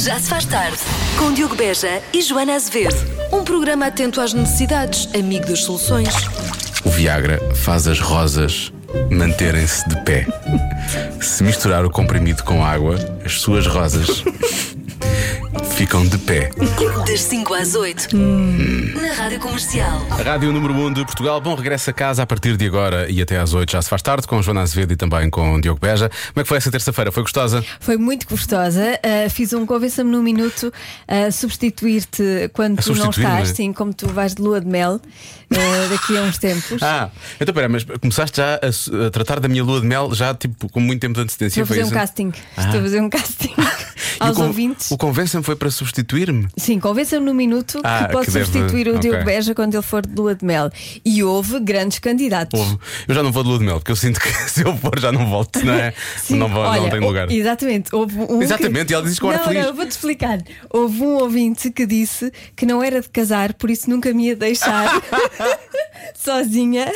Já se faz tarde, com Diogo Beja e Joana Azevedo. Um programa atento às necessidades, amigo das soluções. O Viagra faz as rosas manterem-se de pé. Se misturar o comprimido com água, as suas rosas ficam de pé. Das 5 às 8, na Rádio Comercial. A Rádio Número 1 de Portugal, bom regresso a casa a partir de agora e até às 8 já se faz tarde com Joana Azevedo e também com Diogo Beja. Como é que foi essa terça-feira? Foi gostosa? Foi muito gostosa. Uh, fiz um convença-me num minuto a substituir-te quando A é? tu não substituir-me? estás, sim, como tu vais de lua de mel uh, daqui a uns tempos. Ah, então pera, mas começaste já a su- a, tratar da minha lua de mel já tipo com muito tempo de antecedência? Estou a fazer foi um isso? casting. Estou a fazer um casting é. Ah. E o aos con- ouvintes. O convença-me foi para substituir-me? Sim, convença-me num minuto Ah, que posso que deve- substituir o ok. Diogo Beja quando ele for de lua de mel. E houve grandes candidatos. Houve. Eu já não vou de lua de mel, porque eu sinto que se eu for já não volto, não é? Sim, não, vou, olha, não tenho o- lugar. Exatamente, houve um. Exatamente, que- e ela diz com ar Não, feliz. não, eu vou-te explicar. Houve um ouvinte que disse que não era de casar, por isso nunca me ia deixar sozinha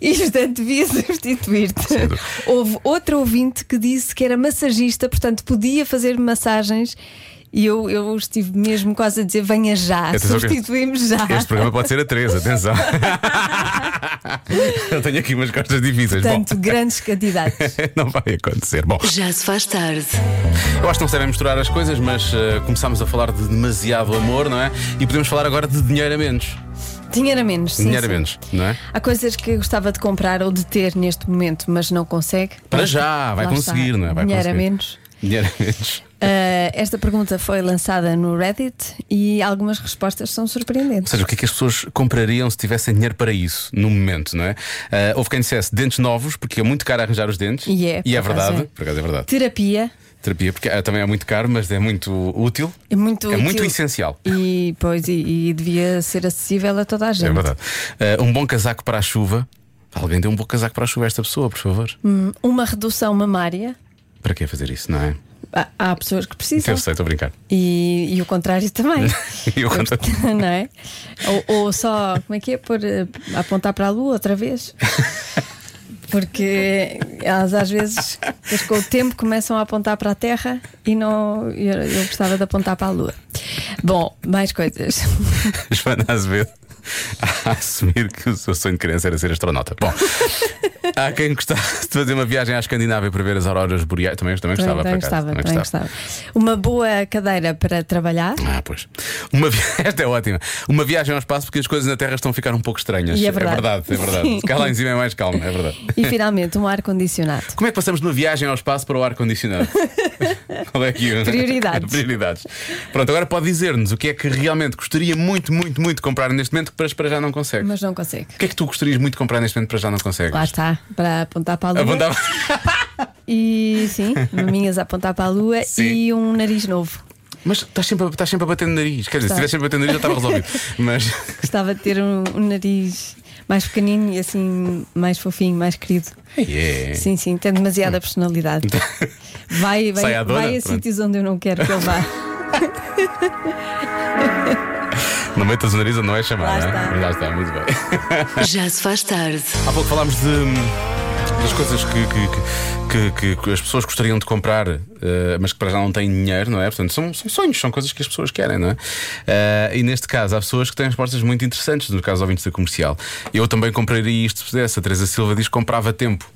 e, portanto, devia substituir-te. Sem dúvida. Houve outro ouvinte que disse que era massagista, portanto, podia fazer massagens. E eu, eu estive mesmo quase a dizer: venha já, Atenção que- substituímos já. Este programa pode ser a 3, atenção. eu tenho aqui umas costas difíceis. Portanto, grandes candidatos. Bom, não vai acontecer. Bom, Já se faz tarde, eu acho que não se devem misturar as coisas, mas eh, começámos a falar de demasiado amor, não é? E podemos falar agora de dinheiro a menos. Dinheiro a menos. sim, dinheiro sim. a menos, não é? Há coisas que eu gostava de comprar ou de ter neste momento, mas não consegue. Para já, vai Lá está. conseguir, não é? Vai Dinheiro a conseguir. menos. Dinheiro a menos. Ah, esta pergunta foi lançada no Reddit e algumas respostas são Ou surpreendentes. seja, o que é que as pessoas comprariam se tivessem dinheiro para isso no momento, não é? Ah, houve quem dissesse dentes novos, porque é muito caro arranjar os dentes. E é, e é por acaso verdade. é. Por acaso é verdade. Terapia Terapia, porque ah, também é muito caro, mas é muito útil. é muito é útil. muito essencial. E, pois, e, e devia ser acessível a toda a gente. É verdade. Ah, um bom casaco para a chuva. Alguém dê um bom casaco para a chuva a esta pessoa, por favor. Hum, Uma redução mamária. Para que fazer isso, não Então. é? Há- Há pessoas que precisam. Eu sei, estou a brincar. E, e o contrário também. E o contrário. não é? Ou, ou só, como é que é? Por, eh, apontar para a lua outra vez. Porque elas às vezes, depois com o tempo, começam a apontar para a Terra e não eu, eu gostava de apontar para a Lua. Bom, mais coisas. Joana Azevedo a assumir que o seu sonho de criança era ser astronauta. Bom, há quem gostasse de fazer uma viagem à Escandinávia para ver as auroras boreais. Também, também gostava, também, por acaso. gostava, também gostava. Uma boa cadeira para trabalhar. Ah, pois. Uma vi... Esta é ótima. Uma viagem ao espaço porque as coisas na Terra estão a ficar um pouco estranhas. E é verdade. É verdade, é verdade. Sim. Se calhar lá em cima é mais calma, é verdade. E finalmente um ar-condicionado. Como é que passamos de uma viagem ao espaço para o ar-condicionado? Qual é aqui? o- Prioridades. Prioridades. Pronto, agora pode dizer-nos o que é que realmente gostaria muito, muito, muito comprar neste momento que para para já não consegue. Mas não consegue. O que é que tu gostarias muito de comprar neste momento para já não consegues? Lá está, para apontar para a Lua. Apontava- E sim, maminhas a apontar para a lua Sim. e um nariz novo. Mas estás sempre, a- estás sempre a bater no nariz. Quer dizer, se Está. estivesse sempre a bater no nariz já estava resolvido. Mas Gostava de ter um, um nariz mais pequenino e assim mais fofinho, mais querido. é. Sim, sim, tem demasiada personalidade. Vai, Sai à vai, dona, vai a pronto. sítios onde eu não quero que ele vá. não metas o nariz onde não é chamado, Lá não é? está. Já está, muito bem. já se faz tarde, Há pouco falámos de, das coisas que, que- que- que- que as pessoas gostariam de comprar, eh, mas que para já não têm dinheiro, não é? Portanto, são, são sonhos, são coisas que as pessoas querem, não é? Eh, e neste caso, há pessoas que têm respostas muito interessantes, no caso, ouvintes da comercial. Eu também compraria isto se pudesse. A Teresa Silva diz que comprava tempo.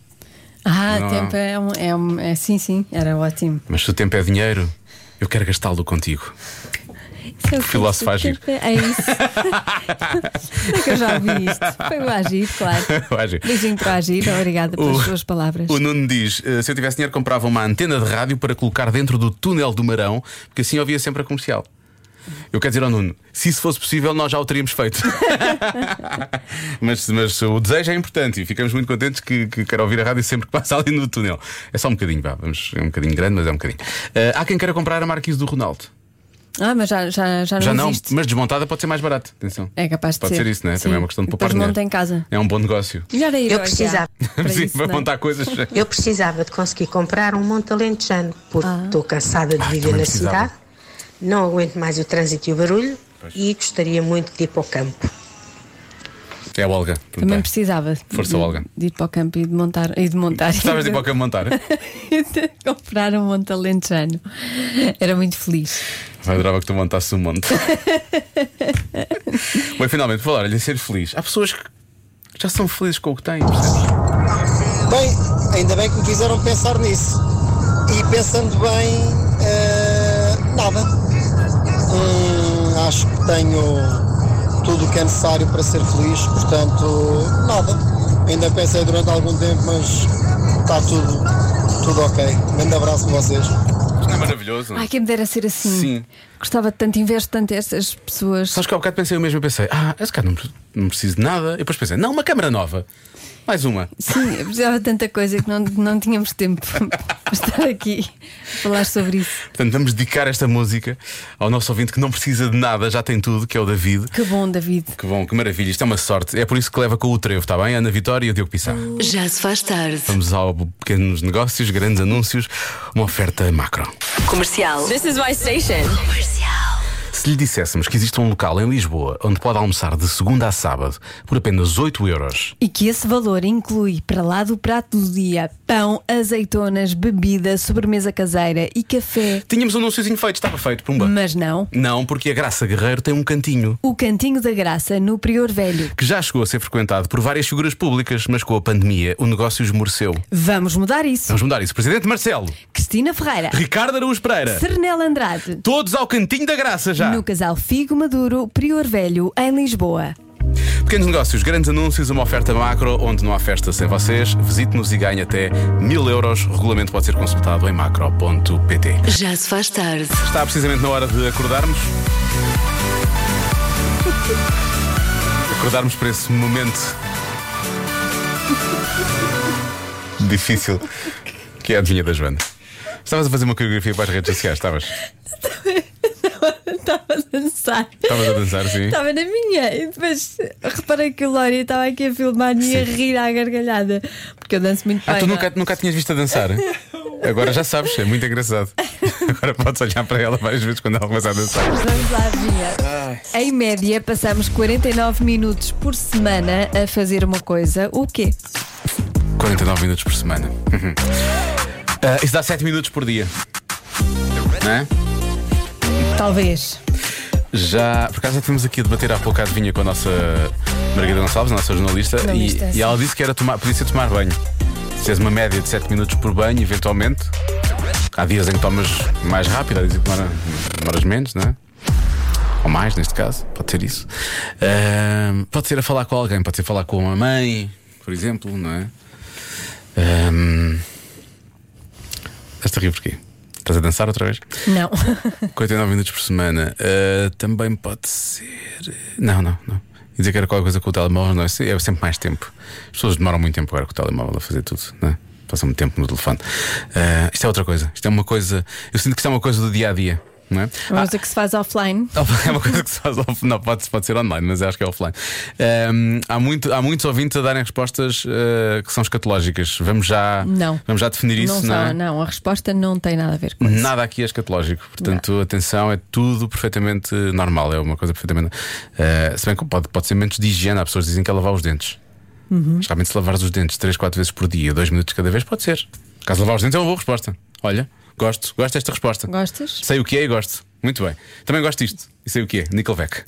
Ah, Não. tempo é, um, é, um, é sim, sim, era ótimo. Mas se o tempo é dinheiro, eu quero gastá-lo contigo. Isso é o que Filósofo eu- agir. É isso. é que eu já ouvi isto. Foi o agir, claro. O Agir. Beijinho para o agir, obrigada pelas O- suas palavras. O Nuno diz: eh, se eu tivesse dinheiro, comprava uma antena de rádio para colocar dentro do túnel do Marão, porque assim ouvia sempre a comercial. Eu quero dizer ao Nuno: se isso fosse possível, nós já o teríamos feito. mas, mas o desejo é importante e ficamos muito contentes que, que quero ouvir a rádio sempre que passa ali no túnel. É só um bocadinho, vá, vamos, é um bocadinho grande, mas é um bocadinho. Eh, há quem queira comprar a Marquise do Ronaldo. Ah, mas já, já, já não Já não, existe. mas desmontada pode ser mais barato. Atenção. É capaz de Pode ser, ser. isso, né? Sim. Também é uma questão de poupar Depois dinheiro. monta em casa. É um bom negócio. Melhor aí, Eu precisava. Para Sim, isso, para não. é? montar coisas. Eu precisava de conseguir comprar um monte alentejano, porque estou cansada de Ah, viver também na precisava. cidade, não aguento mais o trânsito e o barulho e gostaria muito de ir para o campo. É a Olga. Muito Também bem. precisava de- Força, de, Olga. de ir para o campo e de montar. E de montar. Precisavas de ir para o campo montar? E de comprar um monte alentejano. Era muito feliz. Eu adorava que tu montasses um monte. Bem, finalmente, falar, olha, ser feliz. Há pessoas que já são felizes com o que têm, percebes? Bem, ainda bem que me fizeram pensar nisso. E pensando bem, eh, nada. Hum, acho que tenho tudo o que é necessário para ser feliz, portanto, nada. Ainda pensei durante algum tempo, mas está tudo, tudo ok. Um Grande abraço a vocês. Isto não é maravilhoso. não é? Ai, quem me dera ser assim. Sim. Gostava tanto, invejo tanto estas pessoas. Sabes que há bocado pensei eu mesmo, eu pensei, ah, esse cara não, pre- não preciso de nada. E depois pensei, não, uma câmara nova. Mais uma. Sim, eu precisava de tanta coisa que não, não tínhamos tempo para estar aqui a falar sobre isso. Portanto, vamos dedicar esta música ao nosso ouvinte que não precisa de nada, já tem tudo, que é o David. Que bom, David. Que bom, que maravilha, isto é uma sorte. É por isso que leva com o trevo, está bem? Ana Vitória e o Diogo Pissarro. Já se faz tarde. Vamos ao pequenos negócios, grandes anúncios, uma oferta macro. Comercial. This is my station. Se lhe disséssemos que existe um local em Lisboa onde pode almoçar de segunda a sábado por apenas 8 euros, E que esse valor inclui, para lá do prato do dia, pão, azeitonas, bebida, sobremesa caseira e café. tínhamos um anúnciozinho feito, estava feito, pumba. Mas não, Não, porque a Graça Guerreiro tem um cantinho o Cantinho da Graça, no Prior Velho. que já chegou a ser frequentado por várias figuras públicas, mas com a pandemia o negócio esmoreceu. Vamos mudar isso. Vamos mudar isso. Presidente Marcelo, Cristina Ferreira, Ricardo Araújo Pereira, Sernela Andrade, todos ao cantinho da Graça já. no Casal Figo Maduro, Prior Velho, em Lisboa. Pequenos negócios, grandes anúncios, uma oferta macro onde não há festa sem vocês. Visite-nos e ganhe até mil euros. O regulamento pode ser consultado em macro.pt. Já se faz tarde. Está precisamente na hora de acordarmos. Acordarmos para esse momento difícil que é a adivinha da Joana. Estavas a fazer uma coreografia para as redes sociais, estavas? Estava a dançar. Estavas a dançar, sim. Estava na minha, e depois reparei que o Lória estava aqui a filmar e a rir à gargalhada, porque eu danço muito Ah, bem. tu não é? nunca, nunca tinhas visto a dançar? Agora já sabes, é muito engraçado. Agora podes olhar para ela várias vezes quando ela começa a dançar. Vamos lá, vinha. Em média, passamos 49 minutos por semana a fazer uma coisa. O quê? 49 minutos por semana. Uhum. Ah, isso dá 7 minutos por dia. Não é? Talvez. Já, por acaso já temos aqui a debater há pouco a adivinha com a nossa Margarida Gonçalves, a nossa jornalista, e, Jornalista, sim. e ela disse que era tomar, podia ser tomar banho. Se tens uma média de 7 minutos por banho, eventualmente. Há dias em que tomas mais rápido, há dias em que demora- demoras menos, não é? Ou mais, neste caso, pode ser isso. Ahm, pode ser a falar com alguém, pode ser falar com uma mãe, por exemplo, não é? Ahm, Estás a rir porquê? Estás a dançar outra vez? Não. 49 minutos por semana. Ah, também pode ser. Não, não, não. E dizer que era qualquer coisa com o telemóvel, não é? Se- É sempre mais tempo. As pessoas demoram muito tempo agora com o telemóvel a fazer tudo, não é? Passam muito tempo no telefone. Ah, isto é outra coisa. Isto é uma coisa. Eu sinto que isto é uma coisa do dia a dia, não é? Uma coisa que se faz offline. É uma coisa que se faz offline, não, pode, pode ser online, mas acho que é offline. Ahm, há, muito, há muitos ouvintes a darem respostas ah, que são escatológicas. Vamos já, Não. vamos já definir isso, não, não só- é? não, a resposta não tem nada a ver com isso. Nada aqui é escatológico, portanto, atenção, é tudo perfeitamente normal, é uma coisa perfeitamente. eh, se bem que pode, pode ser menos de higiene, há pessoas que dizem que é lavar os dentes. Uhum. Mas realmente, se lavares os dentes 3, 4 vezes por dia, 2 minutos cada vez, pode ser. Caso lavar os dentes é uma boa resposta. Olha, gosto, gosto desta resposta. Gostas? Sei o que é e gosto. Muito bem. Também gosto disto. E sei o que é, Nickelback.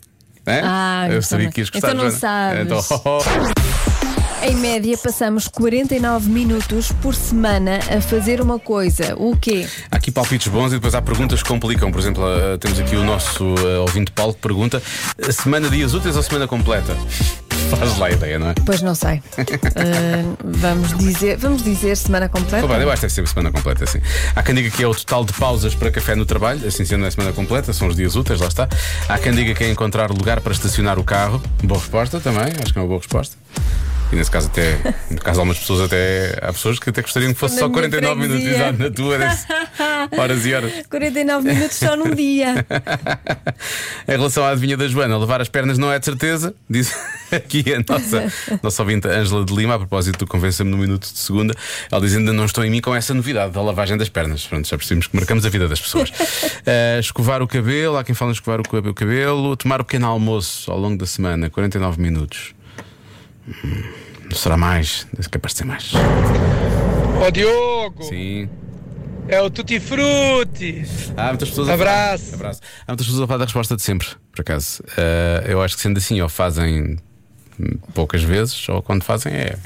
É? Ah, Eu então sabia não. que ias gostar Então não Joana. sabes. Então, oh, oh. Em média, passamos 49 minutos por semana a fazer uma coisa. O quê? Há aqui palpites bons e depois há perguntas que complicam. Por exemplo, eh, temos aqui o nosso eh, ouvinte Paulo que pergunta: eh, semana dias úteis ou semana completa? Faz lá a ideia, não é? Pois não sei. Ah, vamos dizer, vamos dizer semana completa. Opa, eu acho que deve ser semana completa, sim. Há quem diga que é o total de pausas para café no trabalho, assim sendo é semana completa, são os dias úteis, lá está. Há quem diga que é encontrar lugar para estacionar o carro, boa resposta também, acho que é uma boa resposta. E nesse caso até, no caso há umas pessoas até, há pessoas que até gostariam que fosse Na só minha 49 minutos, freguesia. exato, na tua, desse- horas e horas. 49 minutos só num dia. em relação à adivinha da Joana, levar as pernas não é de certeza, diz aqui a nossa, nossa ouvinte Ângela de Lima, a propósito do Convença-me no Minuto de Segunda. Ela diz: Ainda não estou em mim com essa novidade da lavagem das pernas. Pronto, já percebemos que marcamos a vida das pessoas. Eh, escovar o cabelo, há quem fala em escovar o cabe- o cabelo, tomar o pequeno almoço ao longo da semana, 49 minutos. Hum, Será mais? É capaz de ser mais. Ó Diogo, Sim. é o Tutti Frutti. Há muitas pessoas a Abraço. falar. Abraço. Há muitas pessoas a falar da resposta de sempre, por acaso. Eh, eu acho que sendo assim, ou fazem hum, poucas vezes, ou quando fazem é.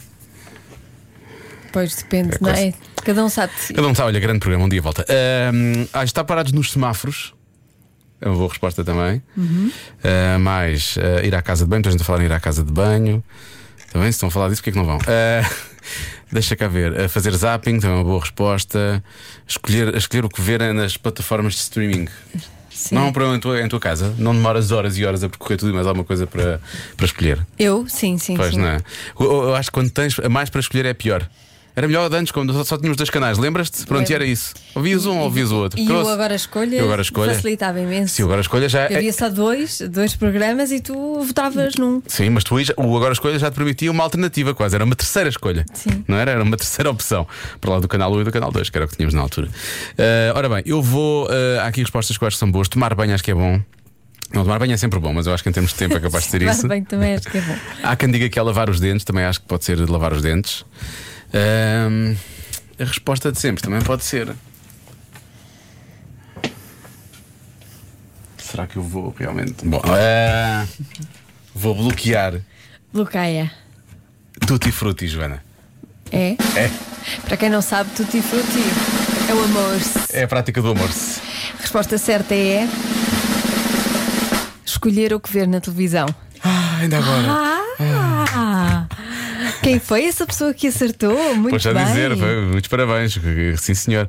Pois depende, É não quase- é? Cada um sabe de si. Cada um sabe, olha, grande programa, um dia volta. Ahm, ah, está parados nos semáforos. É uma boa resposta também. Ah, mais ah, ir à casa de banho, estão a falar em ir à casa de banho. Também, se estão a falar disso, porque é que não vão? Ah, deixa cá ver. Ah, fazer zapping também é uma boa resposta. Escolher, escolher o que ver nas plataformas de streaming. Sim. Não é um problema em tua, em tua casa. Não demoras horas e horas a percorrer tudo e mais alguma coisa para, para escolher. Eu? Sim, sim. Pois sim. não é? Eu, eu acho que quando tens mais para escolher é pior. Era melhor de antes, quando só, só tínhamos dois canais, lembras-te? Pronto, e era isso. Ouvias um, ouvias o outro. E Trouxe. eu agora escolha, Eu agora escolha. facilitava imenso. Se o agora escolha já. é Havia só dois, dois programas e tu votavas num. Sim, mas tu, aí já- o agora escolha já te permitia uma alternativa, quase. Era uma terceira escolha. Sim. Não era? Era uma terceira opção. Para lá do canal 1 e do canal 2, que era o que tínhamos na altura. Ah, ora bem, eu vou. ah, há aqui respostas que eu acho que são boas. Tomar banho acho que é bom. Não, tomar banho é sempre bom, mas eu acho que em termos de tempo é capaz de ser Mas isso. bem, também acho que é bom. Há quem diga que é lavar os dentes, também acho que pode ser de lavar os dentes. Ahm, a resposta de sempre também pode ser. Será que eu vou realmente? Bom, ah, vou bloquear Bloqueia. tutti frutti, Joana. É? É. Para quem não sabe, tutti frutti é o amor. É a prática do amor. A resposta certa é. Escolher o que ver na televisão. Ah, ainda agora. Ah! Quem foi essa pessoa que acertou? Muito Pois a bem. dizer, foi- muitos parabéns, sim senhor.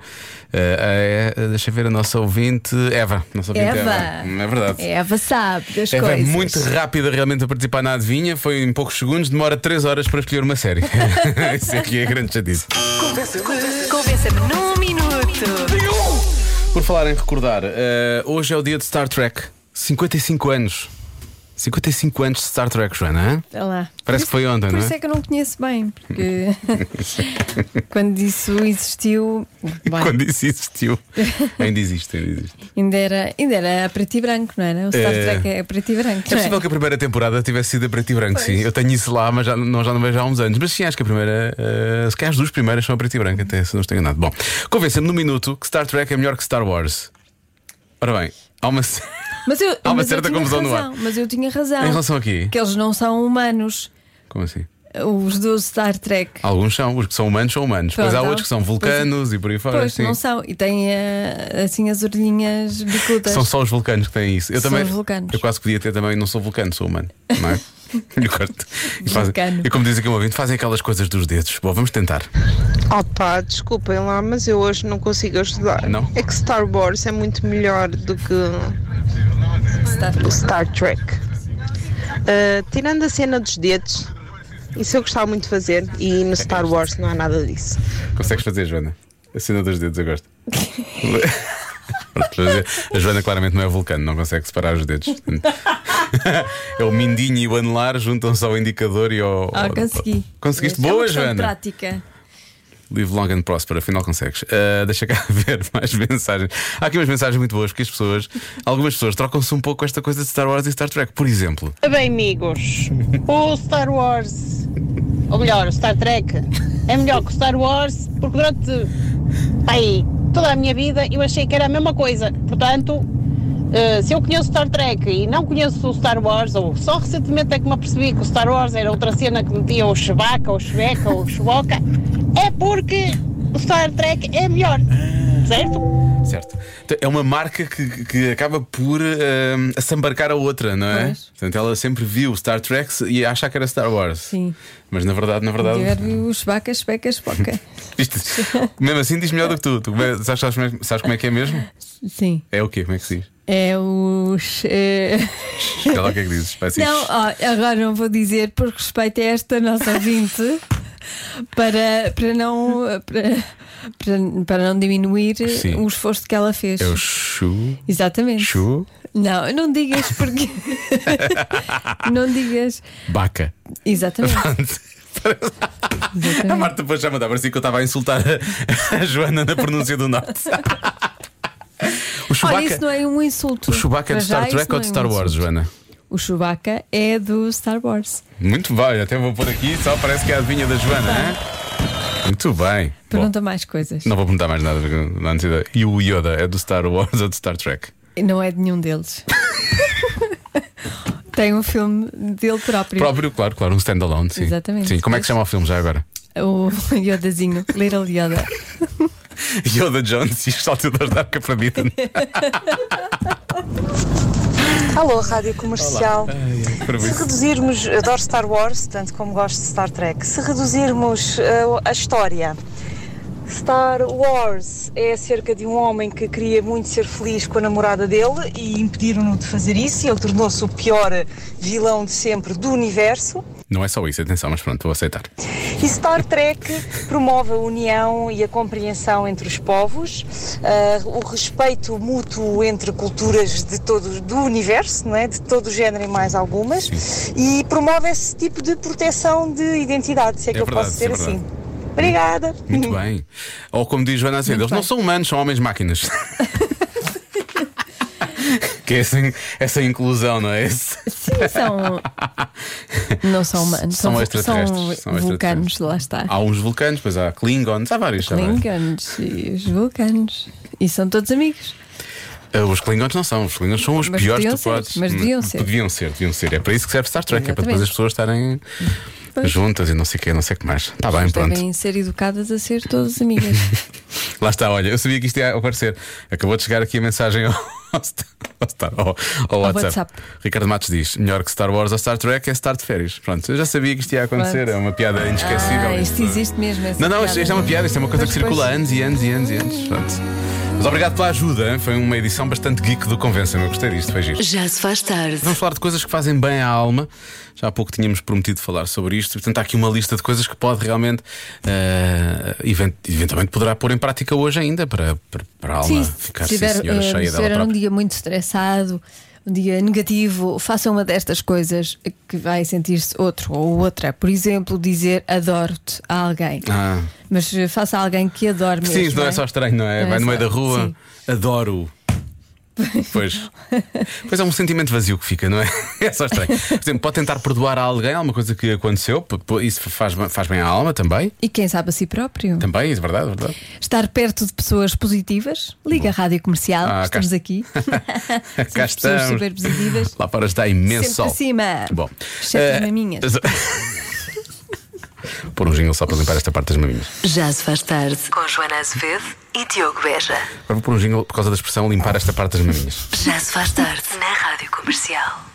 Ah, é, deixa eu ver a nossa ouvinte, Eva. Nossa ouvinte Eva. Eva. É verdade. Eva sabe das Eva é coisas. muito rápida realmente a participar na adivinha, foi em poucos segundos, demora 3 horas para escolher uma série. Isso aqui é grande chatice. Convença-me num minuto. Por falar em recordar, eh, hoje é o dia de Star Trek, 55 anos. 55 anos de Star Trek, Joana. hã? Olha lá. Parece que Por foi ontem, Por não é? isso é que eu não conheço bem, porque quando isso existiu, bem, Quando isso existiu. ainda existe, ainda existe. ainda, era, ainda era a preto e branco, não era? O Star É. Trek é preto e branco. É não é? possível que a primeira temporada tivesse sido a preto e branco, sim. Eu tenho isso lá, mas já, não, já não vejo há uns anos. Mas sim, acho que a primeira, eh, se calhar as duas primeiras são a preto e branco, até se não estou enganado. Bom, convença-me no minuto que Star Trek é melhor que Star Wars. Ora bem, há uma. se- Mas eu, Há uma mas eu certa tinha confusão no razão, Mas eu tinha razão. Em relação a quê? Que eles não são humanos, Como assim? os do Star Trek. Alguns são, os que são humanos são humanos. Depois Pronto, há há outros que são outros- vulcanos e por aí fora. pois, Ah, sim. não são. E têm eh, assim as orelhinhas bicudas. São só os vulcanos que têm isso. Eu São também. os vulcanos. Eu quase podia ter também, não sou vulcano, sou humano. Não é? Eu gosto. E, fazem, Vulcano. e como diz aqui um ouvinte, fazem aquelas coisas dos dedos. Bom, vamos tentar. Opa, Oh, desculpem lá, mas eu hoje não consigo ajudar. Não? É que Star Wars é muito melhor do que Star o Star Trek. Ah, tirando a cena dos dedos, isso eu gostava muito de fazer e no Star Wars não há nada disso. Consegues fazer, Joana? A cena dos dedos, eu gosto. Pronto, vou dizer, A Joana claramente não é vulcano, não consegue separar os dedos. É o mindinho e o anelar juntam-se ao indicador e ao. Ah, ao- consegui. Conseguiste? Isto é uma Boa, questão de Joana. Prática. Live long and prosper, afinal consegues. Ah, deixa cá ver mais mensagens. Há aqui umas mensagens muito boas, porque as pessoas, algumas pessoas trocam-se um pouco com esta coisa de Star Wars e Star Trek, por exemplo. Bem, amigos, o Star Wars, ou melhor, o Star Trek, é melhor que o Star Wars porque durante aí, toda a minha vida eu achei que era a mesma coisa. Portanto, eh, se eu conheço Star Trek e não conheço o Star Wars, ou só recentemente é que me apercebi que o Star Wars era outra cena que metia o Chewbacca, ou Chewbacca, ou Chewbacca, é porque o Star Trek é melhor, certo? Certo. Então, é uma marca que, que acaba por ah, assambarcar a outra, não é? Pois. Portanto, ela sempre viu Star Trek e acha que era Star Wars. Sim. Mas na verdade, na Eu verdade. quero os vacas, pecas, poca. Isto, mesmo assim, diz melhor do que tu. tu come- sabes, sabes como é- sabes como é que é mesmo? Sim. É o quê? Como é que se diz? É os. eh, Sei lá o que é que dizes. Vai assim. Não, ó, agora não vou dizer por respeito a esta nossa ouvinte. Para, para, não, para, para, para não diminuir Sim. o esforço que ela fez. É o chu. Exatamente. Chu. Não, não digas porque. não digas. Baca. Exatamente. A Marta depois já mandava assim que eu estava a insultar a, a Joana na pronúncia do norte. O Olha, Chewbacca, isso não é um insulto. o Chewbacca é Para de Star já, isso Trek não ou é de um Star Wars, insulto. Joana? O Chewbacca é do Star Wars. Muito bem, até vou pôr aqui, só parece que é a adivinha da Joana, é? Muito bem. Bom, Pergunta mais coisas. não vou perguntar mais nada, porque não há necessidade. E o Yoda é do Star Wars ou do Star Trek? Não é de nenhum deles. Tem um filme dele próprio. Próprio, claro, claro, um standalone. Sim. Exatamente. Sim. Como é que Pois. se chama o filme já agora? O Yodazinho, Little Yoda. Yoda Jones e os saltadores da arca perdida. Alô, Rádio Comercial. Se reduzirmos, adoro Star Wars, tanto como gosto de Star Trek, se reduzirmos eh, a história, Star Wars é acerca de um homem que queria muito ser feliz com a namorada dele e impediram-no de fazer isso e ele tornou-se o pior vilão de sempre do universo. Não é só isso, atenção, mas pronto, vou aceitar. E Star Trek promove a união e a compreensão entre os povos, ah, o respeito mútuo entre culturas de todo, do universo, não é? de todo o género e mais algumas, e promove esse tipo de proteção de identidade, se é, que eu verdade, posso dizer é verdade. assim. Obrigada. Muito bem. Ou como diz Joana Azevedo, eles não são humanos, são homens máquinas. que é essa, essa inclusão, não é? Esse- Sim, são. Não são humanos, São são, extraterrestres, são são vulcanos, extraterrestres. lá está. Há uns vulcanos, pois há Klingons, há vários também. Klingons e os vulcanos. E são todos amigos. Ah, Os Klingons não são, os Klingons são os Mas piores deviam que tu ser, podes. mas deviam ser. Deviam ser, deviam ser. É para isso que serve Star Trek, é para depois Exatamente. as pessoas estarem Pois. juntas e não sei o que, não sei o que mais. Está bem, Ah, pronto. Devem ser educadas a ser todas amigas. Lá está, olha, eu sabia que isto ia aparecer. Acabou de chegar aqui a mensagem ao, ao, Star- ao Star- ao- ao WhatsApp. WhatsApp. Ricardo Matos diz: melhor que Star Wars ou Star Trek é Star de férias. Pronto, eu já sabia que isto ia acontecer, é Pronto. uma piada inesquecível. ah, isto existe mesmo. essa Não, é? não, isto, piada. isto é uma piada, isto é uma coisa que Pois, circula há pois. anos e anos e anos e anos. Pronto. Mas obrigado pela ajuda, hein? foi uma edição bastante geek do Convença-me. Eu gostei disto, foi giro. Já se faz tarde. Vamos falar de coisas que fazem bem à alma. Já há pouco tínhamos prometido falar sobre isto. Portanto, há aqui uma lista de coisas que pode realmente, eh, event- eventualmente, poderá pôr em prática hoje ainda para, para, para a alma Sim, ficar se sim, tiver, senhora eh, cheia se dela tiver um própria. dia muito estressado, um dia negativo, faça uma destas coisas que vai sentir-se outro ou outra. Por exemplo, dizer adoro-te a alguém. Ah. Mas eh, faça a alguém que adore mesmo. Sim, isso não é só estranho, não é? Não é Vai no meio só- da rua, sim. adoro. Pois. pois é um sentimento vazio que fica, não é? É só estranho. Por exemplo, pode tentar perdoar a alguém alguma coisa que aconteceu, p- p- isso faz, faz bem à alma também. E quem sabe a si próprio. Também, é verdade, é verdade. Estar perto de pessoas positivas. Liga a rádio comercial, Ah, cá estamos está- aqui. Cá Sempre pessoas estamos. super positivas. Lá para está imenso Sempre assim. sol. para cima. É Bom. Exceto as eh, maminhas. Pôr um jingle só para limpar esta parte das maminhas. Já se faz tarde. Com Joana Azevedo e Diogo Beja. Agora vou pôr um jingle por causa da expressão limpar esta parte das maminhas. Já se faz tarde. Na Rádio Comercial.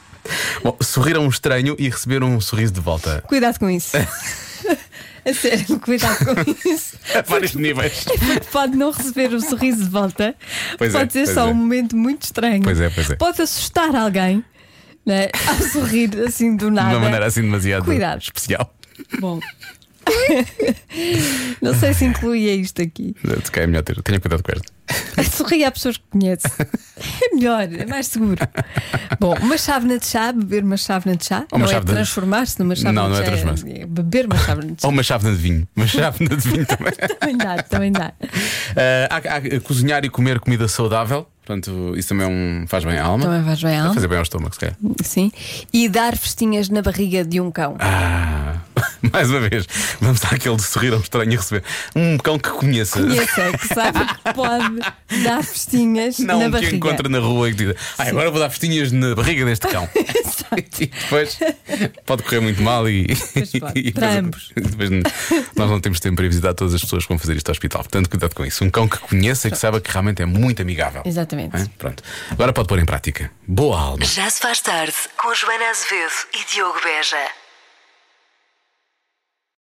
Bom, sorrir a um estranho e receber um sorriso de volta. Cuidado com isso. a sério, cuidado com isso. A vários níveis. É Pode não receber o sorriso de volta. Pois é, pode ser pois só é. um momento muito estranho. Pois é, pois é. Pode assustar alguém né, ao sorrir assim do De nada. uma maneira assim demasiado Cuidado. especial. Bom. não sei se incluía isto aqui. Se calhar é melhor ter. Tenha cuidado com esta. Sorrir a pessoas que conhece. É melhor, é mais seguro. Bom, uma chávena de chá, beber uma chávena de chá. Ou uma não é chávena de- transformar-se numa Não, chávena de não é chá. transformar-se. beber uma chávena de chá. Ou uma chávena de vinho. Uma chávena de vinho também. Também dá, também dá. Ah, há- há- cozinhar e comer comida saudável. Portanto, isso também é um- faz bem à alma. Também faz bem à alma. Fazer bem ao estômago, se calhar. Sim. E dar festinhas na barriga de um cão. Ah, mais uma vez, vamos àquele de sorrir ao estranho e receber um cão que conheça. Conheça, é que sabe que pode dar festinhas Não, na um que barriga. encontra na rua e que diz: "Ai, agora vou dar festinhas na barriga deste cão. e depois pode correr muito mal e. Pois pode, e para depois- ambos. depois n- nós não temos tempo para ir visitar todas as pessoas que vão fazer isto ao hospital. Portanto, cuidado com isso. Um cão que conheça e que saiba que realmente é muito amigável. Exatamente. Hein? Pronto. Agora pode pôr em prática. Boa alma. Já se faz tarde. Com Joana Azevedo e Diogo Beja.